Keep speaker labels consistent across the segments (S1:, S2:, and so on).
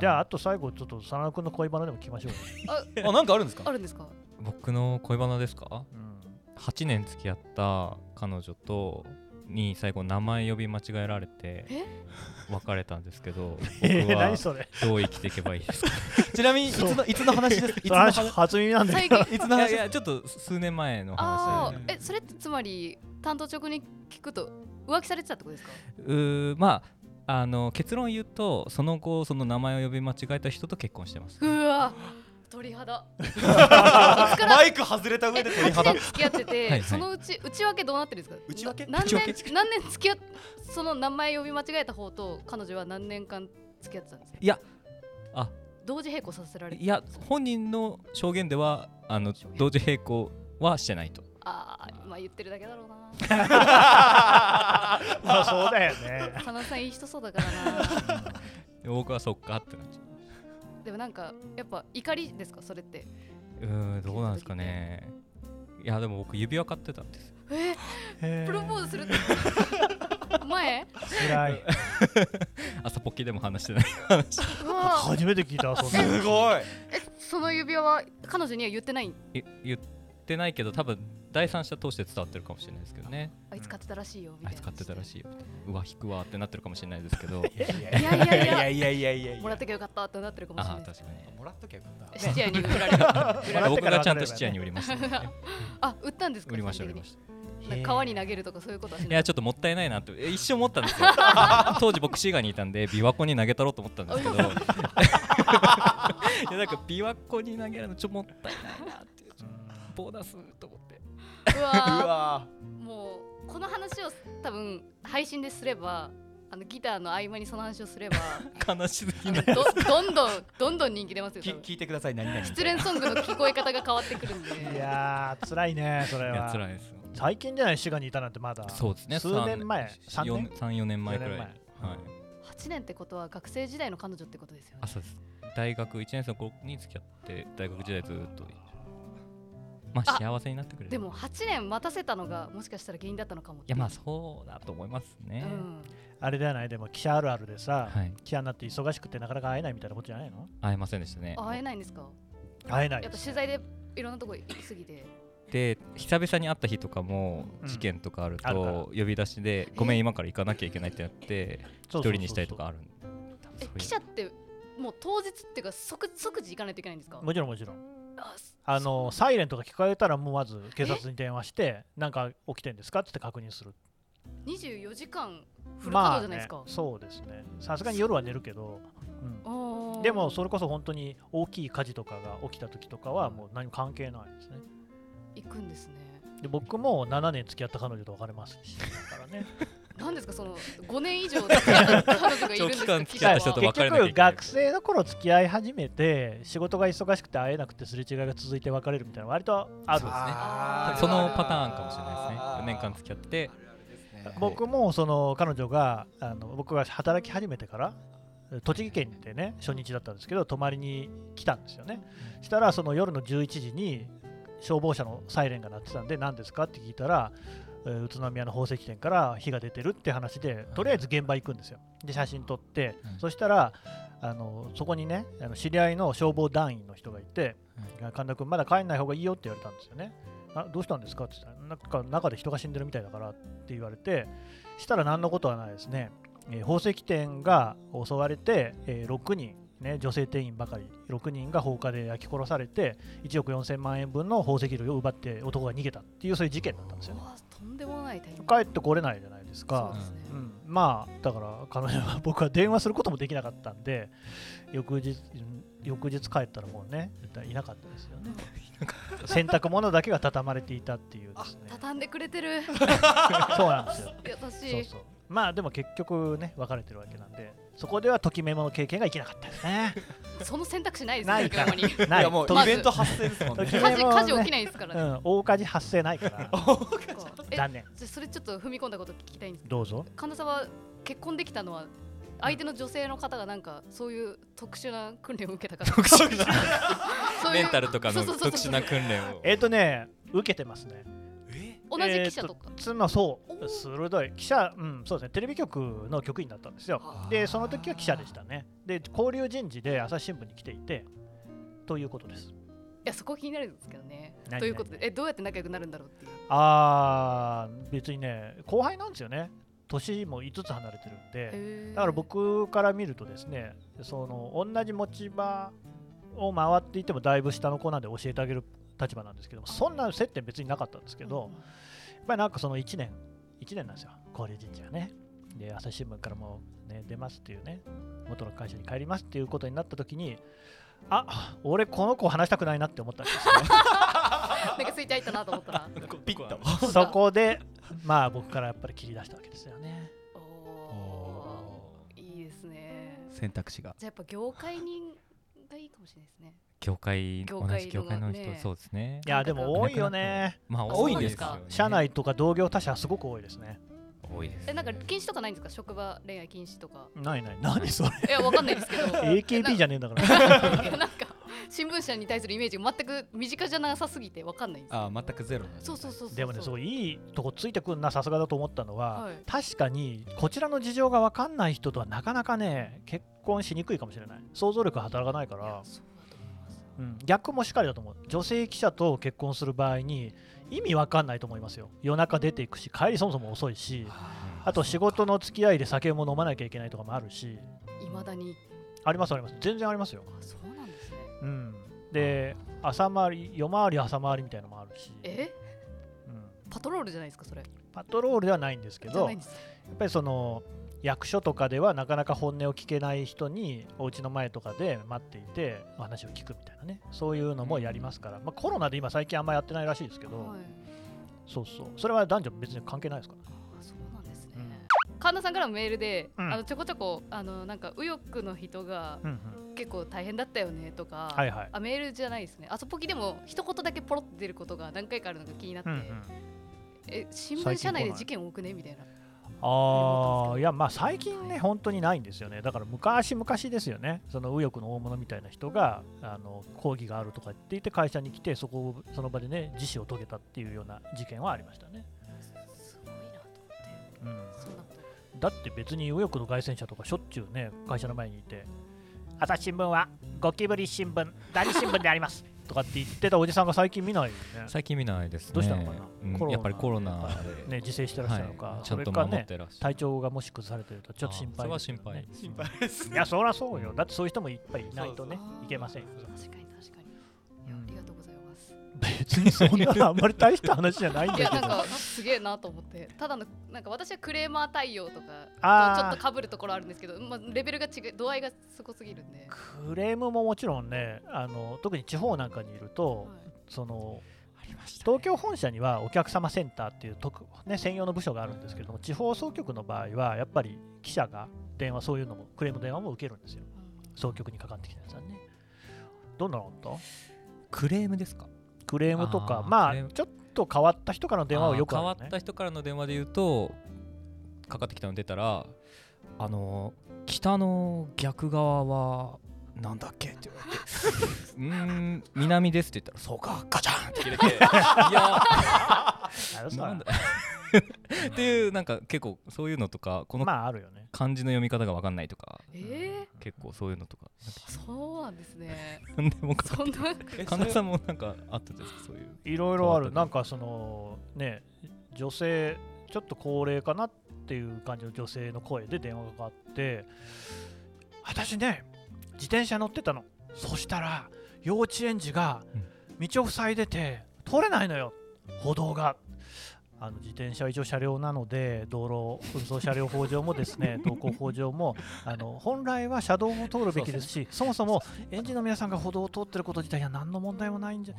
S1: じゃああと最後ちょっと真田君の恋バナでも聞きましょう、
S2: あなんかあるんですか
S3: あるんですか
S4: 僕の恋バナですか
S1: うん
S4: 8年付き合った彼女とに最後名前呼び間違えられて
S3: え
S4: 別れたんですけど僕
S1: えー、
S4: は
S1: 何それ
S4: どう生きていけばいいですか
S2: ちなみにいつ
S1: そう
S2: のいつの話 ですかいつ
S1: そ
S2: の
S1: れ
S2: 話
S1: 初初耳なんだけ
S3: 最
S1: ど
S3: 近
S2: いつの
S4: いや
S2: 話
S4: いやちょっと数年前の
S3: あ
S4: 話
S3: あ
S4: で
S3: えそれってつまり担当直に聞くと浮気されてたってことですか
S4: うーまああの結論言うとその後その名前を呼び間違えた人と結婚してます
S3: うわ鳥肌
S2: マイク外れた上で鳥
S3: 8
S2: 肌
S3: 年付き合ってて
S4: いはい
S3: そのうち内訳どうなってるんですか
S2: 内訳
S3: な何
S4: 内
S3: 年何年付き合っその名前呼び間違えた方と彼女は何年間付き合ってたんですか
S4: いやあ
S3: 同時並行させられて
S4: いや本人の証言ではあの同時並行はしてないと
S3: ああまあ言ってるだけだろうな
S1: まあそうだよね
S3: 花さんいい人そうだからな
S4: で僕はそっかってなっちゃう
S3: でもなんかやっぱ怒りですかそれって
S4: うーんどうなんですかねいやでも僕指輪買ってたんです
S3: えプロポーズ する前
S1: つらい
S4: 朝ポッキーでも話してない
S3: うわ
S1: 初めて聞いたそんな
S2: すごい
S3: えその指輪は彼女には言ってない
S4: い言ってないけど多分第三者通して伝わってるかもしれないですけどね
S3: あいつ買ってたらしいよみ
S4: あ
S3: たい
S4: い
S3: な
S4: つ買ってたらしいよみたいなうわ引くわってなってるかもしれないですけど
S3: いやいやいや
S2: いやいやいやいや
S3: もらってきゃよかったってなってるかもしれ
S4: あ
S3: な
S4: あ
S3: い
S4: 確か
S2: もらっときゃよかった
S3: 質屋に売られる
S4: に僕がちゃんと質屋に売りました、
S3: あ売ったんですか
S4: 売りました売
S3: そ
S4: り
S3: の時
S4: ま
S3: に
S4: した
S3: なんか川に投げるとかそういうことはし
S4: い
S3: ない
S4: やちょっともったいないなってえ一瞬思ったん ですよ当時僕滋賀にいたんで琵琶湖に投げたろうと思ったん ですけどいやなんか琵琶湖に投げるのちょっともったいないなっていうちょっとボーナスと思って
S3: うわー
S2: うわ
S3: もうこの話を多分配信ですればあのギターの合間にその話をす れば
S4: 悲しすぎ
S3: あ
S4: な
S3: の
S4: い
S3: どどんどんどんどん人気出ますよ
S2: き
S3: 多分
S2: 聞いてください何々
S3: 失恋ソングの聞こえ方が変わってくる んで
S1: いやー辛いねそれ
S4: いや
S1: は
S4: 辛いですよ
S1: 最近じゃない滋賀にいたなんてまだ
S4: そうですね
S1: 数年前3年
S4: 34年前くらい
S1: 四
S4: は
S1: 年
S4: い
S3: 8年ってことは学生時代の彼女ってことですよね
S4: あそうです大学1年生の頃に付き合って大学時代ずっとまあ
S3: あ
S4: 幸せになってくれる
S3: でも8年待たせたのがもしかしたら原因だったのかも
S4: いやまあそうだと思います
S3: う
S4: ね、
S3: ん、
S1: あれじゃないでも記者あるあるでさ、
S4: はい
S1: 記者になって忙しくてなかなか会えないみたいなことじゃないの
S4: 会えませんでしたね
S3: 会えないんですか
S1: 会えないで
S3: やっぱ
S1: す
S3: 取材でいろんなとこ行き過ぎて
S4: で久々に会った日とかも
S1: うん
S4: 事件とかある
S1: あるから
S4: と呼び出しで、ごめん今から行かなきゃいけないってなって
S1: そう
S4: 一
S1: そうそうそう
S4: 人にしたりとかあるんで多分そう
S3: え
S4: いう
S3: 記者ってもう当日っていうか即即時行かないといけないんですか
S1: もちろんもちろん
S3: あす
S1: あのサイレンとか聞かれたらもうまず警察に電話してなんか起きてんですかって確認する
S3: 24時間フル稼働じゃないですか、
S1: まあね、そうですねさすがに夜は寝るけど、うん
S3: おー
S1: でもそれこそ本当に大きい火事とかが起きた時とかはもう何も関係ないですね
S3: 行くんですね
S1: で僕も7年付き合った彼女と別れ ますしだからね
S3: なんですかその5年以上付き合った彼女がいるんで
S4: 長期
S3: すか
S4: 間付き合った人と別れなきゃいけない
S1: 結局学生の頃付き合い始めて仕事が忙しくて会えなくてすれ違いが続いて別れるみたいなの割とあるんですね
S2: あー
S4: そのパターンかもしれないですね4年間付き合っ
S2: あ
S4: て
S2: るあるですね
S1: 僕もその彼女があの僕が働き始めてから栃木県でね初日だったんですけど泊まりに来たんですよねしたらその夜の11時に消防車のサイレンが鳴ってたんで何ですかって聞いたらえー宇都宮の宝石店から火が出てるって話でとりあえず現場行くんですよで写真撮って、
S4: うん
S1: そしたらあのそこにねあの知り合いの消防団員の人がいて、神田君まだ帰んない方がいいよって言われたんですよねあどうしたんですかって言ったらなんか中で人が死んでるみたいだからって言われてしたら何のことはないですね、えー宝石店が襲われて、えー6人、ね、女性店員ばかり6人が放火で焼き殺されて1億4000万円分の宝石類を奪って男が逃げたっていうそういう事件だったんですよね
S3: わーとんでもないタイミング
S1: 帰ってこれないじゃないです
S3: そ
S1: か
S3: うですね、
S1: うん、まあだから彼女は 僕は電話することもできなかったんで翌日うん翌日帰ったらもうねいなかったですよね洗濯物だけが畳まれていたっていうですね
S3: 畳んでくれてる
S1: そうなんですよ
S3: 優しい
S1: そうそうまあでも結局ね別れてるわけなんでそこではときめもの経験が生きなかったです ね
S3: その選択肢ないです
S1: な
S3: ね
S1: いから
S3: 逆に家
S1: ない
S2: いやもう
S1: と
S3: ま
S2: イ
S3: ず
S2: ベント発生ですもんね
S1: 時
S3: 事
S1: 々ね
S3: 家事起きないですから
S1: う
S3: ね、
S1: ん、大火事発生ないから
S3: そっかえ
S1: 残念
S3: じゃあそれちょっと踏み込んだこと聞きたいんですけど
S1: どうぞ
S3: 神田さんは結婚できたのは相手の女性の方がなんかそういう特殊な訓練を受けたから
S4: 特殊な
S3: そういう
S4: メンタルとかの
S3: そうそうそう
S4: 特
S3: そ
S4: 殊
S3: う
S4: な訓練を
S1: えっ、とね受けてますね
S2: え
S3: 同じ記者とか、
S1: 妻そ
S3: お
S1: う
S3: ー
S1: 鋭い記者うんそうですねテレビ局の局員だったんですよ
S3: あー
S1: でその時は記者でしたねで交流人事で朝日新聞に来ていてということです
S3: いやそこ気になるんですけどね
S1: 何
S3: ということでえどうやって仲良くなるんだろうっていう
S1: あー別にね後輩なんですよね年も5つ離れてるんで
S3: へー
S1: だから僕から見るとですねその同じ持ち場を回っていてもだいぶ下の子なんで教えてあげる立場なんですけどもそんな接点別になかったんですけど、
S3: うんうん
S1: やっぱりなんかその1年、1年なんですよ、交流人事はね。で、朝日新聞からもう、ね、出ますっていうね、元の会社に帰りますっていうことになったときに、あ俺、この子話したくないなって思ったんです
S3: なんかスイッチ入ったなと思ったら
S2: ピッと。
S1: よそこで、まあ僕からやっぱり切り出したわけですよね。
S3: おお
S2: おー
S3: ーいいですね
S4: 選択肢が
S3: じゃあやっぱ業界人がいいかもしれないですね
S4: 業界
S3: 業
S4: 同
S3: 界
S4: じ業界の人、
S3: のね
S4: そうですね
S1: いや、でも多いよね。
S4: まあ
S3: あ
S4: 多いです
S3: そう
S4: よ
S3: なん
S4: ね
S1: 社内とか同業他社、すごく多いですね。
S4: 多いです
S3: えなんか禁止とかないんですか職場恋愛禁止とか
S1: ないない、何 それ。
S3: いやわかんないです けど
S1: AKB じ
S3: ゃ
S1: ゃねえんだ から。
S3: なんか新聞社に対するイメージが全く身近じゃなさすぎてわかんないんです
S2: あー全くゼロの。
S3: そうそうそうそう
S1: でもね、すご
S3: い
S1: いいいとこついてくんな、さすがだと思ったのは、
S3: はい
S1: 確かにこちらの事情が分かんない人とはなかなかね、結婚しにくいかもしれない。想像力が働かないか
S3: いや
S1: ら、
S3: そうだと思います
S1: うん、逆もしっかりだと思う。女性記者と結婚する場合に、意味分かんないと思いますよ。夜中出ていくし、帰りそもそも遅いし、あと仕事の付き合いで酒も飲まなきゃいけないとかもあるし、
S3: いまだに
S1: ありますあります。全然ありますよ。
S3: あそうなんですね
S1: うん、で、朝回り、夜回り、朝回りみたいなのもあるし、
S3: え
S1: うん、
S3: パトロールじゃないですかそれ
S1: パトロールではないんですけ
S3: じゃ
S1: ど
S3: ないん、です
S1: やっぱりその役所とかではなかなか本音を聞けない人にお家の前とかで待っていてお話を聞くみたいなねそういうのもやりますから、まあ、コロナで今最近あんまやってないらしいですけど、
S3: はい
S1: そうそうそれは男女別に関係ないですから、ね、
S3: あそうなんですね
S1: うん
S3: 神田さんからもメールで、
S1: うん
S3: あのちょこちょこあのなんか右翼の人が
S1: うん
S3: 結構大変だったよねとか、
S1: はいはい
S3: あメールじゃないですねあそぽきでも一言だけポロって出ることが何回かあるのが気になって、
S1: うん、うんうん、
S3: え新聞
S1: 最近
S3: 社内
S1: 来
S3: で
S1: ない
S3: 事件多くねみたいな
S1: ああいやまあ最近
S3: は
S1: ね
S3: い
S1: 本当にないんですよねだから昔昔ですよねその右翼の大物みたいな人があの抗議があるとかって言って会社に来てそこをその場でね自死を遂げたっていうような事件はありましたね、
S3: すごいなと思って
S1: うん、
S3: そんなこと
S1: だって別に右翼の外旋者とかしょっちゅうね会社の前にいて朝日新聞はゴキブリ新聞何新聞であります とかって言ってたおじさんが最近見ないよね
S4: 最近見ないですね
S1: どうしたのかな
S4: うん
S1: コロナ
S4: やっぱりコロナ
S1: ね
S4: で
S1: 自制してらっしゃるのか、
S4: はいちゃ
S1: そ
S4: ん
S1: れ
S4: と
S1: か
S4: 守っ
S1: ね
S4: てらっしゃる
S1: 体調がもし崩されてるとちょっと心
S4: あーそれ
S1: 配
S4: は
S1: ですよ
S4: 心
S1: ね、
S4: 配
S2: 心配です
S1: い。やそりゃそうよだってそういう人もいっぱいいないとね
S3: そうそう
S1: いけませんよ
S3: 確かに確かにいや
S1: うん
S3: ありがとうございます、
S1: 別にそんなの あんまり大した話じゃないんだ
S3: い
S1: け
S3: や
S1: ど
S3: なん かすげえなと思ってただのなんか私はクレーマー対応と
S1: あ
S3: か
S1: ー
S3: とちょっとかぶるところあるんですけど、まあ、レベルが違う度合いがすごすぎるんで、
S1: クレームももちろんねあの特に地方なんかにいると、
S3: はい
S1: その
S2: ありましたね
S1: 東京本社にはお客様センターっていう特、ね、専用の部署があるんですけども、地方総局の場合は、やっぱり記者が電話、そういうのも、クレーム電話も受けるんですよ、
S3: うん
S1: 総局にかかってきたやつはね。どんなのあった
S4: クレームですか
S1: クレームとか、
S4: あー
S1: ま
S4: クレー
S1: あ、
S4: ム
S1: ちょっと変わった人からの電話はよくある
S4: あ
S1: よ
S4: ー変わ
S1: ね
S4: っ。た人からの電話で言うとかかってきたの出たらあの北の逆側はなんだっけって言わ れてうーん南ですって言ったらそうかガチャンって切 れていや
S1: あれさ
S4: なんだっていうなんか結構そういうのとかこの
S1: まあ、あるよね。
S4: 漢字の読み方が分かんないとか
S3: ええ
S4: 結構そういうのとかなんか
S3: そうなんですね
S4: 何でもか
S3: そん な
S4: 神田さんもなんかあったですかそういう
S1: いろいろある、
S4: 変
S1: な
S4: わった
S1: んかその、ね、女性、ちょっと高齢かなっていう感じの女性の声で電話がかかって、私ね、自転車乗ってたの、そしたら、幼稚園児が道を塞いでて、通れないのよ、歩道が。あの自転車は一応車両なので道路運送車両法上もです ね道交法上もあの本来は車道を通るべきですしそもそも園児の皆さんが歩道を通ってること自体は何の問題もないんじゃ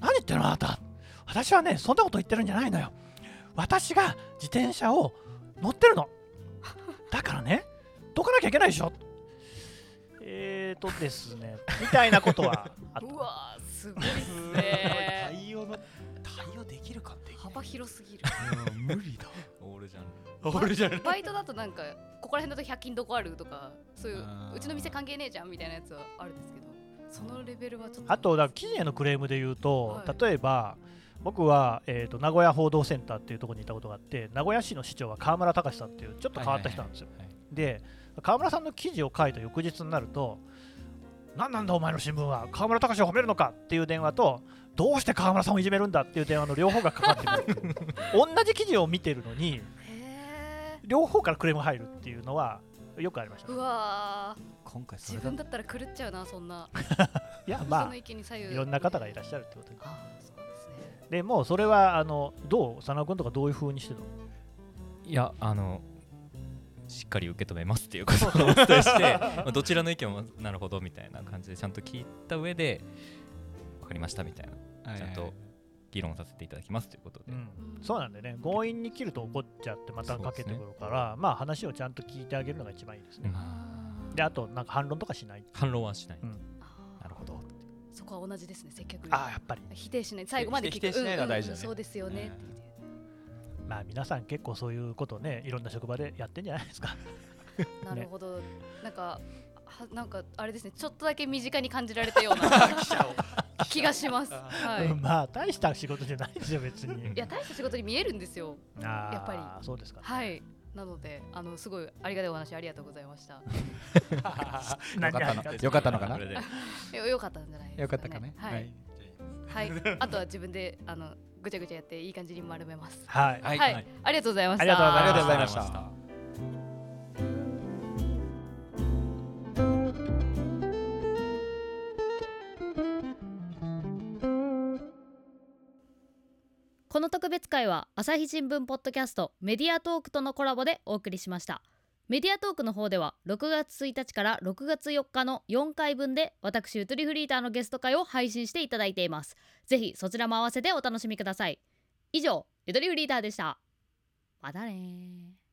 S1: 何言ってるのあなた私はねそんなこと言ってるんじゃないのよ私が自転車を乗ってるのだからねどかなきゃいけないでしょえーとですねみたいなことはあっ
S3: うわーすごいです
S2: すごい
S3: ね
S2: 対応の対応できるかって
S3: 幅広すぎる
S2: 無理だ
S4: オールじゃん
S2: 俺じゃない
S3: バイトだとなんかここら辺だと100均どこあるとかそういう
S2: あー
S3: うちの店関係ねえじゃんみたいなやつはあるんですけどそのレベルはちょっと
S1: あとだから記事へのクレームで言うと、
S3: はい
S1: 例えば僕は、えー、と名古屋報道センターっていうところにいたことがあって名古屋市の市長は川村隆さんっていうちょっと変わった人なんですよ、
S4: はいはいは
S1: で川村さんの記事を書いた翌日になると何なんだお前の新聞は川村隆を褒めるのかっていう電話とどうして川村さんをいじめるんだっていう電話の両方がかかって くる同じ記事を見てるのに
S3: へえ
S1: 両方からクレーム入るっていうのはよくありましたね、
S3: うわー
S4: 今回それ
S3: 自
S4: だ
S3: 分だったら狂っちゃうなそんない
S1: や
S3: 人
S1: ま
S3: の意見に左
S1: あ
S3: 右
S1: いろんな方がいらっしゃるってことで
S3: あーそうなんですね
S1: でもうそれはあのどう佐野君とかどういう風にしてたの
S4: いやあのしっかり受け止めますっていうことをお伝えして まあどちらの意見もなるほどみたいな感じでちゃんと聞いた上で分かりましたみたいな
S2: はい
S4: ちゃんと議論させていただきますということで、
S1: うん、そうなんでね強引に切ると怒っちゃってまたかけてくるから、まあ話をちゃんと聞いてあげるのが一番いいですね、
S4: うん
S3: あー
S1: であとなんか反論とかしない
S4: 反論はしない、
S1: うん
S3: あー
S4: なるほど
S3: そこは同じですね接客
S1: ああやっぱり
S3: 否定しない最後まで
S2: 否定しないのは大事だね
S3: うんうんうんそうですよねって言って
S1: まあ皆さん結構そういうことをねいろんな職場でやってんじゃないですか
S3: なるほど、なんかはなんかあれですねちょっとだけ身近に感じられたような気がしますはい
S1: まあ大した仕事じゃないですよ別に
S3: いや大した仕事に見えるんですよ
S1: あー
S3: やっぱ
S1: そうですか、
S3: はいなのであのすごいありがたいお話ありがとうございました
S1: 何
S5: よかったの
S1: 何
S5: よかったのかな
S4: これで
S3: よよかったんじゃないですか、ね、
S5: よかったかね
S3: は、
S2: はいい
S3: はい、あとは自分であのぐちゃぐちゃやっていい感じに丸めます
S1: はい
S2: はい
S3: はい、ありがとうございました
S1: ありがとうございました
S5: ありがとうございました。
S6: この特別会は朝日新聞ポッドキャストメディアトークとのコラボでお送りしましたメディアトークの方では6月1日から6月4日の4回分で私ゆとりフリーターのゲスト会を配信していただいていますぜひそちらも合わせてお楽しみください以上ゆとりフリーターでしたまたねー